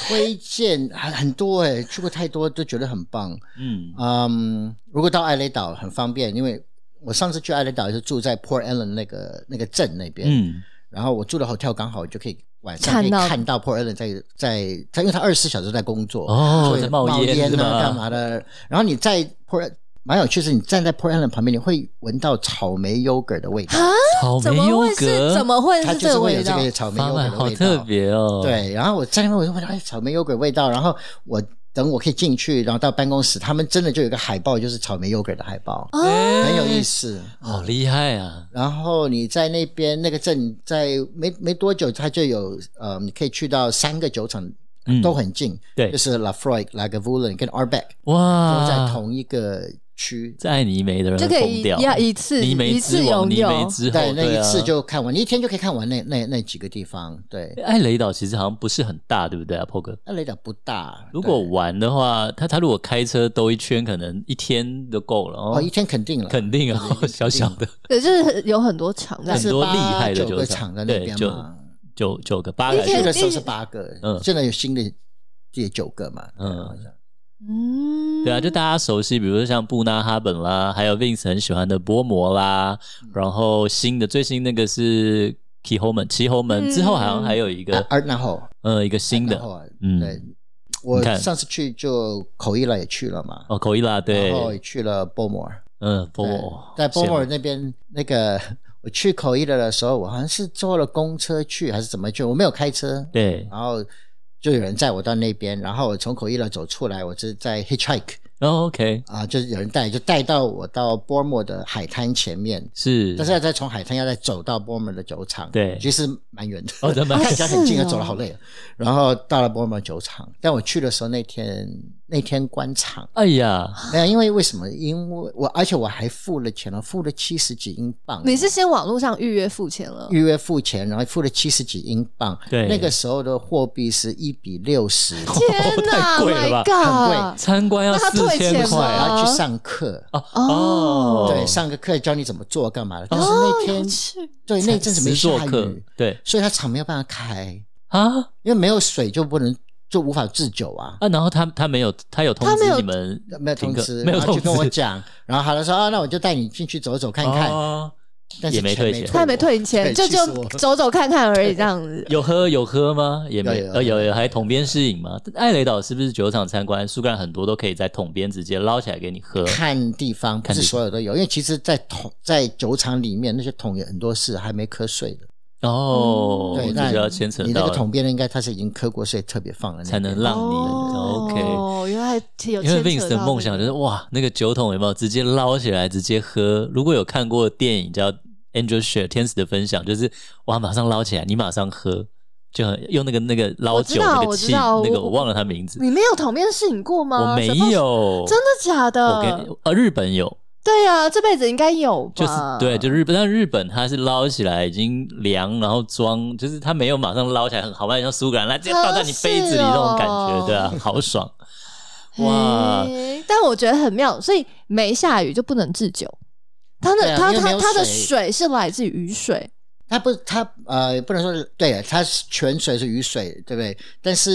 S3: 推荐很很多哎、去过太多都觉得很棒。
S2: 嗯
S3: 嗯，如果到艾雷岛很方便，因为我上次去艾雷岛是住在 Port Ellen 那个那个镇那边，
S2: 嗯
S3: 然后我住的 hotel 刚好就可以晚上可以
S1: 看到
S3: 看到 Port Ellen 在在他，因为他二十四小时在工作，
S2: 哦
S3: 所以
S2: 在冒烟
S3: 烟
S2: 是吧
S3: 啊干嘛的。然后你在 Port 蛮有趣是，你站在 Port Ellen 旁边，你会闻到草莓 yogurt 的味道，
S2: 草
S1: 怎
S2: 莓
S1: 么
S2: 优
S1: 会是？
S2: 格，
S1: 怎么会
S3: 它
S1: 是
S3: 就
S1: 这
S3: 啊是
S1: 个
S3: 会
S1: 味
S3: 有这
S1: 道？
S3: 个草莓
S2: 妈妈
S3: yogurt 的
S2: 好
S3: 味
S2: 特
S3: 道。
S2: 别哦？，
S3: 对，然后我在那边我就发现，哎，草莓优格味道。然后我等我可以进去，然后到办公室，他们真的就有一个海报，就是草莓优格的海报，
S2: 嗯
S1: 哦，
S3: 很有意思。嗯
S2: 好厉害啊！
S3: 然后你在那边那个镇，在没没多久，它就有呃，你可以去到三个酒厂，
S2: 嗯
S3: 都很近，
S2: 对啊
S3: 就是 Lafroy、Lagavulin 跟 Arbeck
S2: 哇，
S3: 都在同一个区。
S2: 在爱泥煤的人
S1: 就可
S2: 会
S1: 以
S2: 疯掉，
S1: 要一次
S2: 泥煤
S1: 一次
S2: 之王，
S1: 拥
S2: 泥煤
S1: 有。
S2: 之后，
S3: 对，那一
S2: 啊
S3: 次就看完，你一天就可以看完那那那几个地方。对，
S2: 爱哎雷岛其实好像不是很大，对不对啊，Po 哥？
S3: 那雷岛不大，
S2: 如果
S3: 对
S2: 玩的话，他他如果开车兜一圈，可能一天都够了
S3: 哦
S2: 哦
S3: 一，天肯定了，
S2: 肯定啊
S3: 肯定，肯定
S2: 小小的
S1: 对，就是有很多场在
S2: 很多厉害的
S3: 九个
S2: 酒厂
S3: 厂在
S2: 对
S3: 那边
S2: 就
S3: 嘛。
S2: 九九个八
S1: 一
S2: 个
S1: 天
S2: 还
S3: 去
S2: 是，
S3: 的时候是八个，
S2: 嗯
S3: 现在有新的第九个嘛，
S2: 嗯
S3: 嗯，
S1: 嗯，
S2: 对啊，就大家熟悉，比如说像布纳哈本啦，还有 Vince 很喜欢的波摩啦，然后新的最新那个是 k 后门，奇后门
S1: 嗯
S2: 之后好像还有一个
S3: 而然后
S2: 呃一个新
S3: 啊然
S2: 的
S3: 后
S2: 嗯
S3: 对，我
S2: 你看
S3: 上次去就口译了也去了嘛，
S2: 哦，口伊拉对
S3: 然，后也去了 b o m o r
S2: 嗯，波
S3: e
S2: 摩
S3: 在 b
S2: 羡
S3: o m
S2: 慕
S3: o r e 那边那个我去口译了的时候，我好像是坐了公车去还是怎么去，我没有开车，
S2: 对，
S3: 然后就有人载我到那边，然后我从口译了走出来，我是在 hitchhike
S2: 然后哦 OK
S3: 啊，就是有人带，就带到我到 b o m o r e 的海滩前面，
S2: 是，
S3: 但是要再从海滩要再走到波门的酒厂，
S2: 对
S3: 其实蛮远的，
S2: 哦真的 蛮远
S3: 看起来很近啊，
S1: 是哦
S3: 走了好累啊。然后到了波门酒厂，但我去的时候那天那天关厂，
S2: 哎呀，
S3: 没有，因为为什么？因为我而且我还付了钱了，付了七十几英镑，
S1: 你是先网络上预约付钱了，
S3: 预约付钱，然后付了七十几英镑，
S2: 对
S3: 那个时候的货币是一比六十，
S1: 天
S2: 哦太
S1: 哪
S2: 贵了
S1: ，My
S2: 吧
S1: God！哦
S2: 参观要
S1: 那他
S2: 四四
S1: 会
S2: 千
S1: 钱
S2: 块
S1: 吗
S2: 啊
S3: 然后去上课，
S1: 哦
S3: 对，上个课教你怎么做干嘛的。但是那天
S1: 去
S3: 对那阵子没
S2: 只做
S3: 下
S2: 客
S3: 雨，
S2: 对
S3: 所以他厂没有办法开，
S2: 啊
S3: 因为没有水就不能就无法制酒啊。
S2: 啊，然后他他没有他有通
S1: 他没
S2: 知
S1: 有
S2: 你们
S3: 没有通
S2: 停课
S3: 知，
S2: 没有
S3: 然后
S2: 通
S3: 就跟我
S2: 知，
S3: 讲， 然后他就说啊，那我就带你进去走走看看，
S2: 哦
S3: 但是
S2: 也没
S3: 钱
S2: 退
S3: 没
S2: 钱
S1: 他还没退你钱，
S3: 对
S1: 就
S3: 气
S1: 就
S3: 死我
S1: 走走看看而已，这样子。
S2: 有喝有喝吗？也没
S3: 有有
S2: 呃有有还统编试饮吗？艾雷岛是不是酒厂参观？苏格兰很多都可以在统编直接捞起来给你喝。
S3: 看地方，不
S2: 看地
S3: 是
S2: 方
S3: 所有都有，因为其实，在桶在酒厂里面，那些桶有很多是还没磕碎的。
S2: 哦，
S3: 对，
S2: 这
S3: 那
S2: 就要牵扯
S3: 你那
S2: 到
S3: 个桶边的，应该它是已经磕过碎，特别放了
S2: 才能
S3: 让。
S2: 让你、OK。
S1: 哦，原来有
S2: 因
S1: 牵
S2: 为 Vince
S1: 扯
S2: 的
S1: 到
S2: 梦想就是哇，那个酒桶有没有直接捞起来直接喝？如果有看过电影叫《Angel Share》天使的分享，就是哇，马上捞起来，你马上喝，就很用那个那个捞
S1: 我知
S2: 酒
S1: 道
S2: 那个
S1: 我知
S2: 气，
S1: 道
S2: 那个
S1: 我
S2: 我忘了他名字，
S1: 你没有统面试饮过吗？
S2: 我没
S1: Suppose-
S2: 有，
S1: 真的假
S2: 我跟
S1: 的？
S2: 你呃日本有，
S1: 对啊，这辈子应该有吧？
S2: 就是对，就日本，但日本它是捞起来已经凉，然后装，就是它没有马上捞起来很好卖，像苏格兰来直接倒在你杯子里那种感
S1: 哦
S2: 觉，对啊，好爽，哇！
S1: 嘿但我觉得很妙，所以没下雨就不能制酒。它
S3: 对
S1: 的、
S3: 啊
S1: 它
S3: 因为没
S1: 它
S3: 有
S1: 它的
S3: 水
S1: 水是来自雨水，
S3: 它不，它呃，不能说是对，它是泉水是雨水，对不对？但是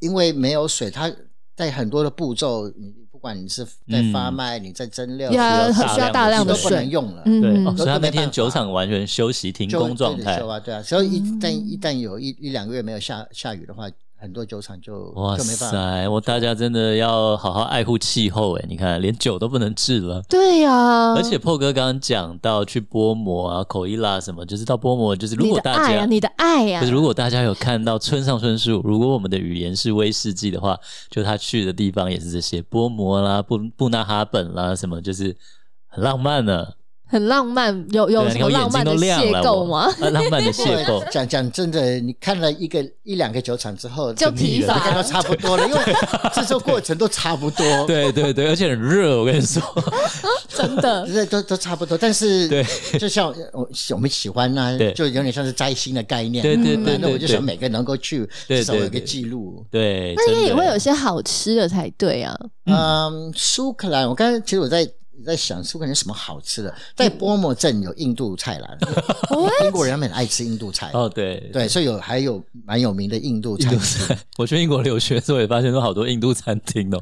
S3: 因为没有水，它在很多的步骤，你不管你是
S2: 嗯
S3: 在发麦，你在蒸馏，
S1: 要
S2: 有
S1: 很
S2: 大
S1: 需要
S2: 量
S1: 大
S2: 的
S1: 量
S3: 你
S1: 的
S3: 都不能
S1: 水。
S3: 用了，
S1: 嗯
S2: 对，
S1: 嗯
S2: 哦所以他
S3: 都没
S2: 那天
S3: 办法
S2: 酒厂完全休息，停
S3: 就
S2: 工状态
S3: 就，啊，对啊。所以一
S1: 嗯
S3: 旦一旦有一一两个月没有下下雨的话，很多酒厂就
S2: 哇
S3: 就没办法。
S2: 塞！我大家真的要好好爱护气候哎，你看连酒都不能治了。
S1: 对啊呀、
S2: 而且破哥刚刚讲到去波摩啊、口伊拉什么，就是到波摩，就是如
S1: 你
S2: 果
S1: 的
S2: 大
S1: 爱
S2: 家
S1: 呀、你的爱啊呀、
S2: 就是如果大家有看到村上春树，如果我们的语言是威士忌的话，就他去的地方也是这些波摩啦、布布纳哈本啦，什么就是很浪漫的。
S1: 很浪漫，有有
S2: 对啊
S1: 什
S2: 你
S1: 么
S2: 看我
S1: 浪
S2: 眼睛
S1: 漫
S2: 都
S1: 的
S2: 亮
S1: 邂
S2: 了，
S1: 逅
S2: 我
S1: 吗？
S2: 啊浪漫的邂
S3: 不
S2: 逅
S3: 过，讲讲真的，你看了一个一两个酒厂之后，
S1: 就疲乏
S3: 大概都差不 多了，因为制作过程都差不多，
S2: 对对对，而且很热，我跟你说，
S1: 真 的，
S3: 这呃都都差不多，但是
S2: 对，
S3: 就像我我们喜欢呢、
S2: 对
S3: 就有点像是摘星的概念。
S2: 对对
S3: 嗯
S2: 对
S3: 那
S2: 对
S3: 我就
S2: 对
S3: 想每个能够去，
S2: 对
S3: 至少
S2: 对
S3: 有个
S2: 对
S3: 记录。
S2: 对，
S1: 那应该
S2: 真
S1: 也
S2: 的
S1: 会有些好吃的才对啊。
S3: 嗯，苏格兰，我刚才其实我在在想苏格兰有什么好吃的，在
S2: 嗯
S3: 波莫镇有印度菜 啦，英国人他们很爱吃印度菜，
S2: 哦，对。
S3: 对，所以有还有蛮有名的印度
S2: 印
S3: 菜
S2: 度。餐，我去英国留学的时候也发现说好多印度餐厅哦，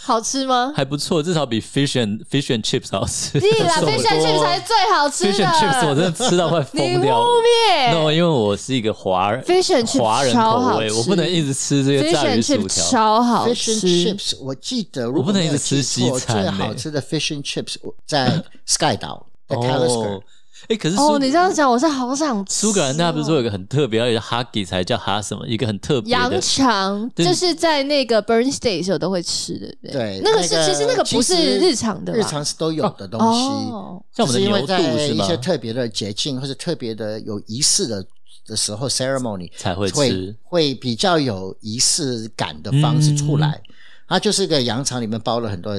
S1: 好吃 吗？
S2: 还不错，至少比 fish and fish and chips 好吃。
S1: 屁 啦
S2: 这是我
S1: ，fish and chips 才最好吃
S2: fish
S1: 的。
S2: and chips 我真的吃到快
S1: 你
S2: 疯
S1: 污
S2: 掉。
S1: 蔑
S2: no，因为我是一个华人
S1: Fish and chips
S2: 华人
S1: 超
S2: 口
S1: 好
S2: 味，
S1: 吃
S2: 我不能一直吃这些
S1: ，fish
S2: 炸鱼
S1: and
S2: 薯
S1: chips
S2: 条。
S1: 超好
S3: Fish and
S1: 吃。
S3: chips，我记得如
S2: 我不
S3: 果
S2: 能
S3: 没
S2: 一直
S3: 有
S2: 吃
S3: 记
S2: 西
S3: 错，
S2: 餐欸
S3: 最
S2: 呢
S3: 好吃的 Fish and chips 我 在 Sky 岛，在 Talisker
S2: 哦。，哎，可是苏
S1: 哦，你这样讲，我是好想吃哦。
S2: 苏格兰，他不是说有一个很特别，而且哈吉才叫哈什么，一个很特别
S1: 羊
S2: 的。
S1: 肠，
S2: 对
S1: 就是在那个 burn stage 的时候都会吃的，对不
S3: 对，
S1: 那个是其实那个不是
S3: 其实
S1: 日常的吧，
S3: 日常是都有的东西。
S1: 哦，
S2: 像我
S3: 就是
S2: 们的
S3: 因
S2: 牛
S3: 为
S2: 肚
S3: 在
S2: 是
S3: 一
S2: 吗？
S3: 些特别的节庆或者特别的有仪式的的时候，ceremony
S2: 才会
S3: 会
S2: 吃
S3: 会比较有仪式感的方式出来。
S2: 嗯
S3: 它就是个羊肠里面包了很多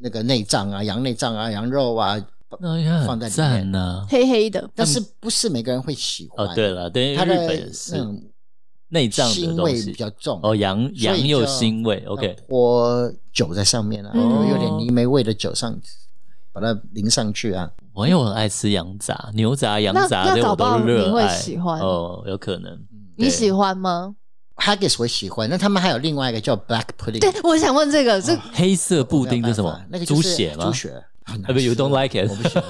S3: 那个内脏啊，羊内脏啊，羊肉啊，
S2: 那应该哦
S3: 放
S2: 很
S3: 在里
S2: 赞
S3: 面
S2: 呢。
S1: 黑黑的，
S3: 但是不是每个人会喜欢。
S2: 哦，对，了，对，因为
S3: 它
S2: 日
S3: 的
S2: 本也是
S3: 那种
S2: 内脏的
S3: 腥
S2: 东
S3: 味比
S2: 西
S3: 较重。
S2: 哦，羊
S3: 以
S2: 羊有
S3: 就
S2: 腥味。OK，
S3: 泼酒在上面啊，
S1: 嗯
S3: 有有点泥煤味的酒上，把它淋上去啊。
S2: 我也很爱吃羊杂、牛杂、羊
S1: 那
S2: 杂，
S1: 那
S2: 这
S1: 搞
S2: 我
S1: 不好
S2: 都
S1: 你
S2: 热
S1: 会
S2: 爱。
S1: 喜欢
S2: 哦，有可能。
S1: 你
S2: 对
S1: 喜欢吗？
S3: Haggis 我喜欢，那他们还有另外一个叫 Black Pudding，
S1: 对，我想问这个，这
S2: 黑色
S3: 我
S2: 布
S3: 没有
S2: 丁是什
S3: 办
S2: 么
S3: 法？那个就
S2: 猪
S3: 是
S2: 血吗？
S3: 猪血。很难
S2: 啊不，you
S3: 吃
S2: don't like it 啊
S3: 我不喜欢，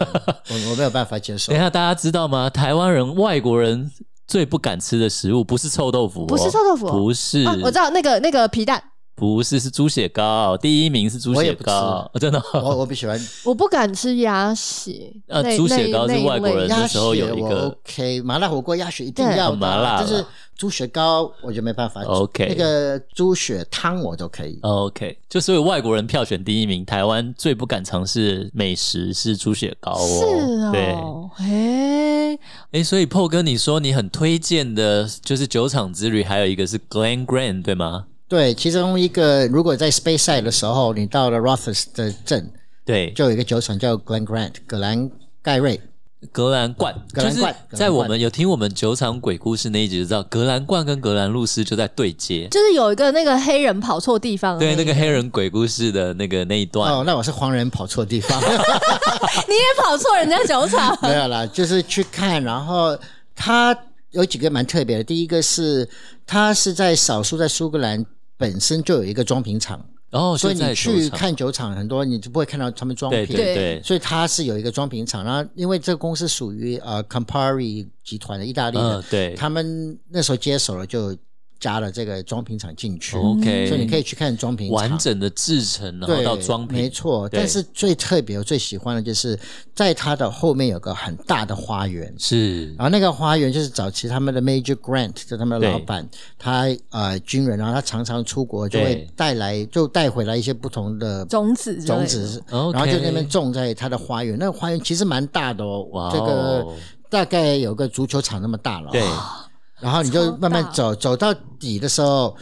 S3: 我我没有办法接受
S2: 等一。下，大家知道吗？台湾人、外国人最不敢吃的食物不是臭豆腐哦、
S1: 不是臭豆腐哦
S2: 不是，
S1: 啊，我知道那个那个皮蛋，
S2: 不是是猪血糕，第一名是猪
S3: 我
S2: 血
S3: 也不吃
S2: 糕，哦真的哦、
S3: 我我不喜欢
S1: 我不敢吃鸭血，
S2: 呃
S1: 那
S2: 猪血糕
S1: 那
S2: 是外国
S1: 那一
S2: 人
S1: 类
S2: 那
S3: 鸭
S2: 时
S3: 血，
S2: 候有一
S3: 我
S2: 个
S3: OK 麻辣火锅鸭血一定
S1: 对
S2: 哦
S3: 要的
S2: 麻辣
S3: 但是
S2: 了
S3: 猪血糕我就没办法
S2: OK
S3: 那个猪血汤我都可以。
S2: Oh, OK，就所以外国人票选第一名，台湾最不敢尝试的美食是猪血糕
S1: 是
S2: 哦。对，
S1: 哦，哎，
S2: 哎、所以 PO 哥，你说你很推荐的就是酒厂之旅，还有一个是 Glen Grand 对吗？
S3: 对，其中一个如果在 Space Side 的时候，你到了 Rothes 的镇，
S2: 对，
S3: 就有一个酒厂叫 Glen Grant 葛兰盖瑞，
S2: 格兰冠，
S3: 格兰冠
S2: 就是在我们有听我们酒厂鬼故事那一集就知道，格兰冠跟格兰路斯就在对接，
S1: 就是有一个那个黑人跑错地方，啊
S2: 对那个黑，人鬼故事的那个那一段，
S3: 哦，那我是黄人跑错地方，
S1: 你也跑错人家酒厂，
S3: 没有啦，就是去看，然后它有几个蛮特别的，第一个是它是在少数在苏格兰本身就有一个装瓶厂，
S2: 然后
S3: 所
S2: 就
S3: 以
S2: 在
S3: 你
S2: 酒
S3: 去
S2: 厂，
S3: 看酒厂很多，你就不会看到他们装
S2: 对
S3: 瓶。
S2: 对
S1: 对
S2: 对，
S3: 所以它是有一个装瓶厂，然后因为这个公司属于呃 Campari 集团的意大利的，
S2: 嗯对
S3: 他们那时候接手了就加了这个装瓶厂进去，嗯所以你可
S2: ，OK，
S3: 以去看装瓶厂
S2: 完整的制成，然后
S3: 对
S2: 到装
S3: 没
S2: 瓶，
S3: 错。
S2: 对
S3: 但是最特别我最喜欢的就是在它的后面有个很大的花园，
S2: 是
S3: 然后那个花园就是早期他们的 Major Grant，就他们的老板，他呃军人，然后他常常出国就会
S2: 对
S3: 带来就带回来一些不同的
S1: 种子之类的
S3: 种子，
S2: OK
S3: 然后就那边种在他的花园，那个花园其实蛮大的哦，
S2: 哇哦
S3: 这个啊大概有个足球场那么大了、哦
S2: 对，
S3: 然后你就慢慢
S1: 超
S3: 走，走到底的时候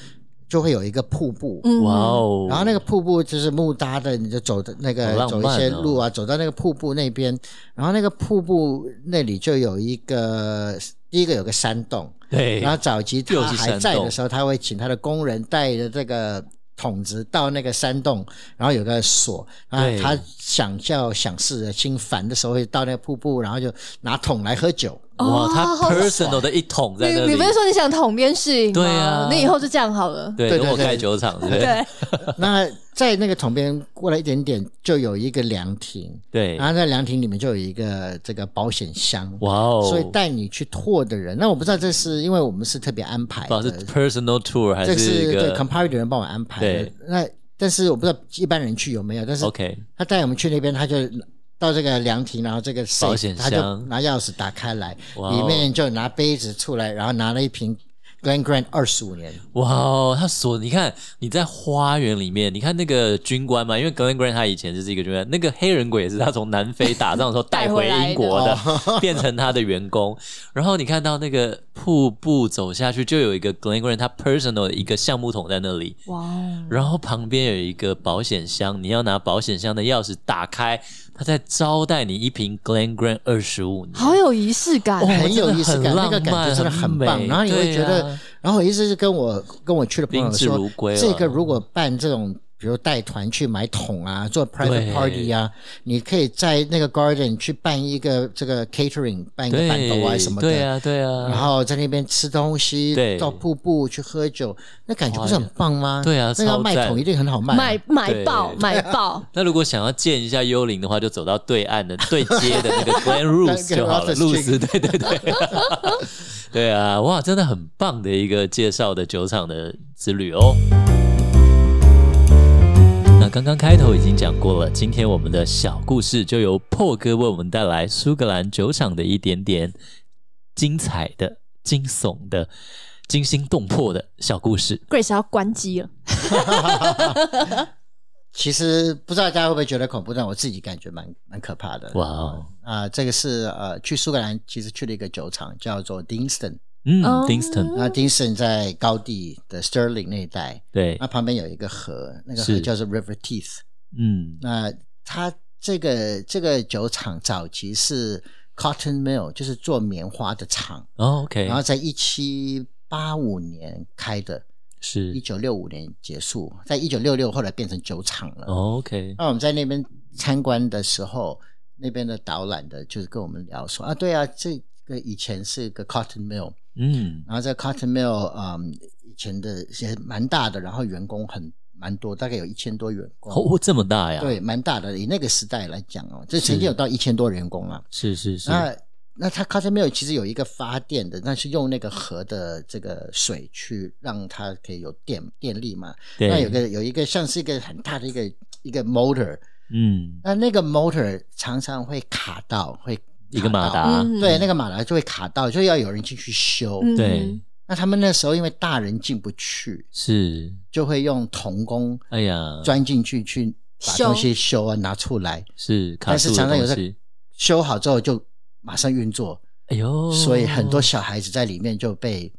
S3: 就会有一个瀑布。
S1: 嗯
S2: 哇，哦，
S3: 然后那个瀑布就是木搭的，你就走的那
S2: 好
S3: 个、
S2: 浪漫
S3: 走
S2: 哦
S3: 一些路啊，走到那个瀑布那边，然后那个瀑布那里就有一个第一个有个山洞，
S2: 对，
S3: 然后早期
S2: 又
S3: 他
S2: 是
S3: 还
S2: 山
S3: 在
S2: 洞
S3: 的时候，他会请他的工人带着这个桶子到那个山洞，然后有个锁，然
S2: 对
S3: 后他想叫想事的心烦的时候，会到那个瀑布，然后就拿桶来喝酒。
S2: 哇，他
S1: 哦好
S2: personal 的一桶在
S1: 你
S2: 那里
S1: 你不，是说你想统编试营吗？
S2: 对啊
S1: 那以后就这样好了。
S2: 对，
S3: 对
S2: 等
S3: 对
S2: 我
S3: 对
S2: 盖酒厂，对不对？
S1: 对，
S3: 那在那个桶边过来一点点，就有一个凉亭，
S2: 对，
S3: 然后在凉亭里面就有一个这个保险箱。
S2: 哇哦，
S3: 所以带你去拓的人，那我不知道这是因为我们是特别安排
S2: 不知，
S3: 的
S2: 道是 personal tour 还
S3: 这
S2: 一
S3: 是对
S2: 个
S3: Campari 的人帮我安排的
S2: 对。哦
S3: 那但是我不知道一般人去有没有，但是
S2: OK，
S3: 他带我们去那边，他就到这个凉亭，然后这个 safe，
S2: 保险箱
S3: 他就拿钥匙打开来，
S2: 哇哦
S3: 里面就拿杯子出来，然后拿了一瓶 Glen Grant 二十五年，
S2: 哇哦，他所你看你在花园里面，你看那个军官嘛，因为 Glen Grant 他以前就是一个军官，那个黑人鬼也是他从南非打仗的时候带
S1: 带
S2: 回
S1: 回来的
S2: 英国 的，
S3: 哦
S2: 变成他的员工。然后你看到那个瀑布走下去，就有一个 Glen Grant 他 personal 的一个橡木桶在那里，
S1: 哇哦，
S2: 然后旁边有一个保险箱，你要拿保险箱的钥匙打开，他在招待你一瓶 Glen Grant 二十五年。
S1: 好有仪式感啊
S2: 哦。
S3: 很有
S2: 真的
S3: 仪式
S2: 很
S3: 感，那
S2: 浪
S3: 个感觉真的
S2: 漫
S3: 很棒。
S2: 美
S3: 然后你会
S2: 对
S3: 觉得
S2: 啊，
S3: 然后我一直是跟我跟我去的朋友
S2: 宾至
S3: 说
S2: 如归，了
S3: 这个如果办这种。比如带团去买桶啊，做
S2: 对
S3: private party 啊，你可以在那个 garden 去办一个这个 catering，办一个
S2: 对
S3: 伴奏啊什么的，
S2: 对啊，对啊，
S3: 然后在那边吃东西
S2: 对，
S3: 到瀑布去喝酒，那感觉不是很棒吗？
S2: 对啊
S3: 那个
S2: 超赞
S3: 卖桶一定很好卖啊。
S1: 买买
S2: 哦对
S1: 爆买 爆，
S2: 那如果想要见一下幽灵的话，就走到对岸的对街的那 个 Glen Rose 就好了，
S3: Glen Rose
S2: 露丝，对对对， 对啊，哇，真的很棒的一个介绍的酒厂的之旅哦。那刚刚开头已经讲过了，今天我们的小故事就由破哥为我们带来苏格兰酒厂的一点点精彩的、惊悚的、惊心动魄的小故事。
S1: Grace 要关机了。
S3: 其实不知道大家会不会觉得恐怖，但我自己感觉蛮蛮可怕的。
S2: 哇哦，
S3: 啊、这个是呃，去苏格兰其实去了一个酒厂，叫做 Dingston。
S2: 嗯
S1: 哦
S2: ，Dingston，
S3: 那 Dingston 在高地的 Stirling 那一带，
S2: 对
S3: 那，旁边有一个河，那个
S2: 是
S3: 河叫做 River Teeth。
S2: 嗯，
S3: 那它这个这个酒厂早期是 cotton mill，就是做棉花的厂，
S2: 哦，OK，
S3: 然后在一七八五年开的，
S2: 是
S3: 一九六五年结束，在一九六六后来变成酒厂了。
S2: 哦 OK，
S3: 那我们在那边参观的时候，那边的导览的就是跟我们聊说啊，对啊，这个以前是个 cotton mill，
S2: 嗯，
S3: 然后这个 cotton mill，嗯，以前的也蛮大的，然后员工很蛮多，大概有一千多员工。
S2: 哦，这么大呀？，
S3: 对，蛮大的。以那个时代来讲哦，这曾经有到一千多员工啊。
S2: 是是是，
S3: 那那它 cotton mill 其实有一个发电的，那是用那个河的这个水去让它可以有电电力嘛。
S2: 对，
S3: 那有个有一个像是一个很大的一个一个 motor，
S2: 嗯，
S3: 那那个 motor 常常会卡到，会
S2: 一个马
S3: 卡到
S2: 达，
S1: 嗯
S3: 啊对，那个马达就会卡到，就要有人进去修。
S1: 嗯
S2: 对，
S3: 那他们那时候因为大人进不去，
S2: 是，
S3: 就会用童工
S2: 哎呀，
S3: 钻进去去把
S1: 修
S3: 东西修啊拿出来，
S2: 是卡
S3: 但是
S2: 住的
S3: 常常有
S2: 东
S3: 在
S2: 西，
S3: 修好之后就马上运作，
S2: 哎呦，
S3: 所以很多小孩子在里面就被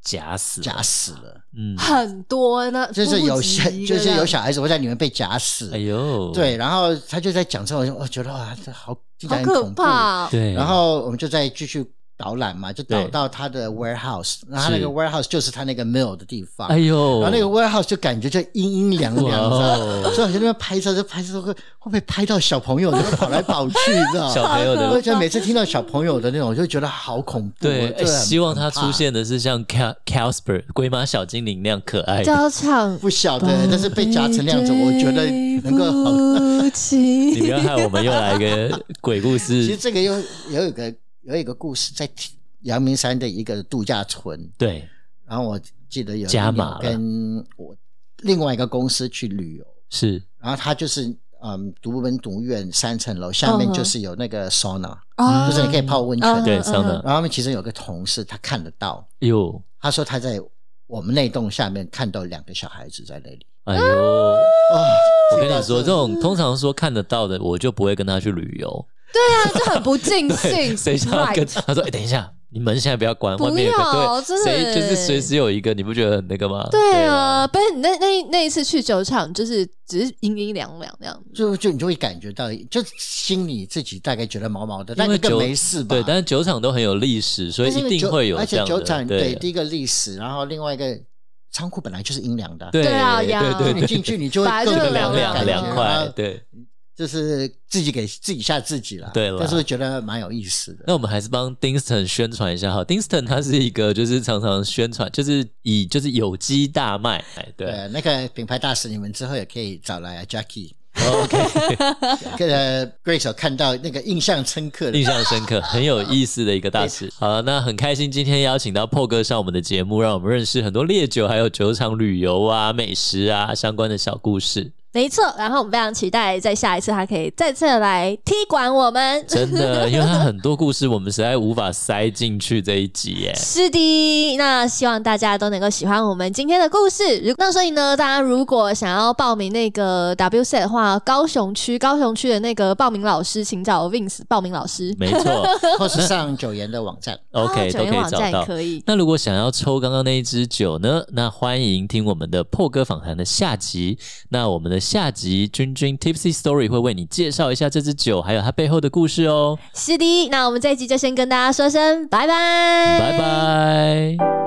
S2: 夹死了，
S3: 夹死了，
S2: 嗯，
S1: 很多呢，
S3: 就是有小
S1: 不止一个
S3: 就是有
S1: 人
S3: 小孩子会在里面被夹死
S2: 哎，呦，
S3: 对，然后他就在讲这种，我觉得哇，这好听
S1: 好
S3: 起来很
S1: 可
S3: 恐怖。
S1: 怕哦，
S2: 对，
S3: 然后我们就再继续导览嘛，就导
S2: 哎对
S3: 到他的 warehouse，然后他那
S2: 是
S3: 个 warehouse 就是他那个 mill 的地方，
S2: 哎呦，
S3: 然后那个 warehouse 就感觉就阴阴凉凉的。
S2: 哇哦
S3: 所以我在那边拍照，就拍照会会不会拍到小朋友在那边跑来跑去，你知 道
S2: 小
S3: 吗？
S2: 朋友
S3: 我
S2: 的
S3: 就觉得每次听到小朋友的那种，我就觉得好恐怖。啊
S2: 对，
S3: 真
S2: 哎
S3: 的很
S2: 希望他
S3: 很怕
S2: 出现的是像 Cal Casper 鬼马小精灵那样可爱的。
S1: 交场
S3: 不晓得，但是被夹成那样子，我觉得能够
S2: 嗯
S3: 好
S1: 好。
S2: 你不要害我们又来一个鬼故
S3: 其实
S2: 事，
S3: 这个有有一个有一个故事，在阳明山的一个度假村，
S2: 对，
S3: 然后我记得有一
S2: 加
S3: 年
S2: 码了
S3: 跟我另外一个公司去旅游，
S2: 是
S3: 然后他就是嗯独门独院三层楼，下面
S1: 嗯哼
S3: 就是有那个 sauna，、
S1: 啊
S3: 就是你可以泡温泉。
S1: 嗯
S2: 对
S1: 嗯
S2: 桑
S1: 嗯
S2: 的，
S3: 然后他们其中有个同事他看得到，
S2: 哟，
S3: 他说他在我们那栋下面看到两个小孩子在那里。
S2: 哎呦。
S3: 啊、
S2: 我跟
S3: 听到
S2: 你说，
S3: 真
S2: 这
S3: 的
S2: 种通常说看得到的，我就不会跟他去旅 游。
S1: 对啊，就很不尽
S2: 对，
S1: 兴。
S2: 谁想要跟
S1: Right
S2: 他说？哎、等一下，你门现在不要关，
S1: 不
S2: 外面有
S1: 要
S2: 个
S1: 真
S2: 对，
S1: 的
S2: 谁就是随时有一个，你不觉得很那个吗？
S1: 对啊，不是你那那那一次去酒厂，就是只是阴阴凉凉那样。
S3: 就就你就会感觉到，就心里自己大概觉得毛毛的，但
S2: 因为
S3: 那个
S2: 酒
S3: 没事吧？
S2: 对，但是酒厂都很有历史，所以
S3: 但是因为
S2: 一定
S3: 酒
S2: 会有
S3: 而
S2: 这
S3: 且
S2: 样
S3: 酒
S2: 的。
S3: 厂对
S2: 对
S3: 第一个历史，然后另外一个仓库本来就是阴凉的，
S2: 对
S1: 对啊呀
S2: 对
S3: 你
S2: 对对，
S3: 进去你就
S1: 本来就
S3: 会更
S1: 是
S2: 这个
S1: 凉凉
S2: 凉凉
S1: 的
S2: 凉快。，对，
S3: 就是自己给自己吓自己了。
S2: 对啦
S3: 但是我觉得蛮有意思的。
S2: 那我们还是帮 Dinston 宣传一下哈。Dinston 他是一个就是常常宣传，就是以就是有机大卖，哎，对
S3: 对，那个品牌大使，你们之后也可以找来啊，Jackie。
S2: 哦，OK，
S3: 这个呃 Grace 有看到那个印象深刻的
S2: 印，象深刻，很有意思的一个大师。好了，那很开心今天邀请到 PO 哥上我们的节目，让我们认识很多烈酒，还有酒厂旅游啊、美食啊相关的小故事。
S1: 没错，然后我们非常期待在下一次他可以再次来踢馆我们。
S2: 真的，因为他很多故事我们实在无法塞进去这一集耶。
S1: 是的，那希望大家都能够喜欢我们今天的故事。如那所以呢，大家如果想要报名那个 W C 的话，高雄区高雄区的那个报名老师，请找 Vince 报名老师。
S2: 没 错
S3: 或是上九言的网站。
S2: ，OK
S1: 啊九
S2: 都
S1: 元
S2: 可以
S1: 网
S2: 找
S1: 站
S2: 到。
S1: 可以。
S2: 那如果想要抽刚刚那一支酒呢，那欢迎听我们的破哥访谈的下集。那我们的下集君君 Tipsy Story 会为你介绍一下这支酒，还有它背后的故事哦。
S1: 是的，那我们这一集就先跟大家说声拜拜，
S2: 拜拜。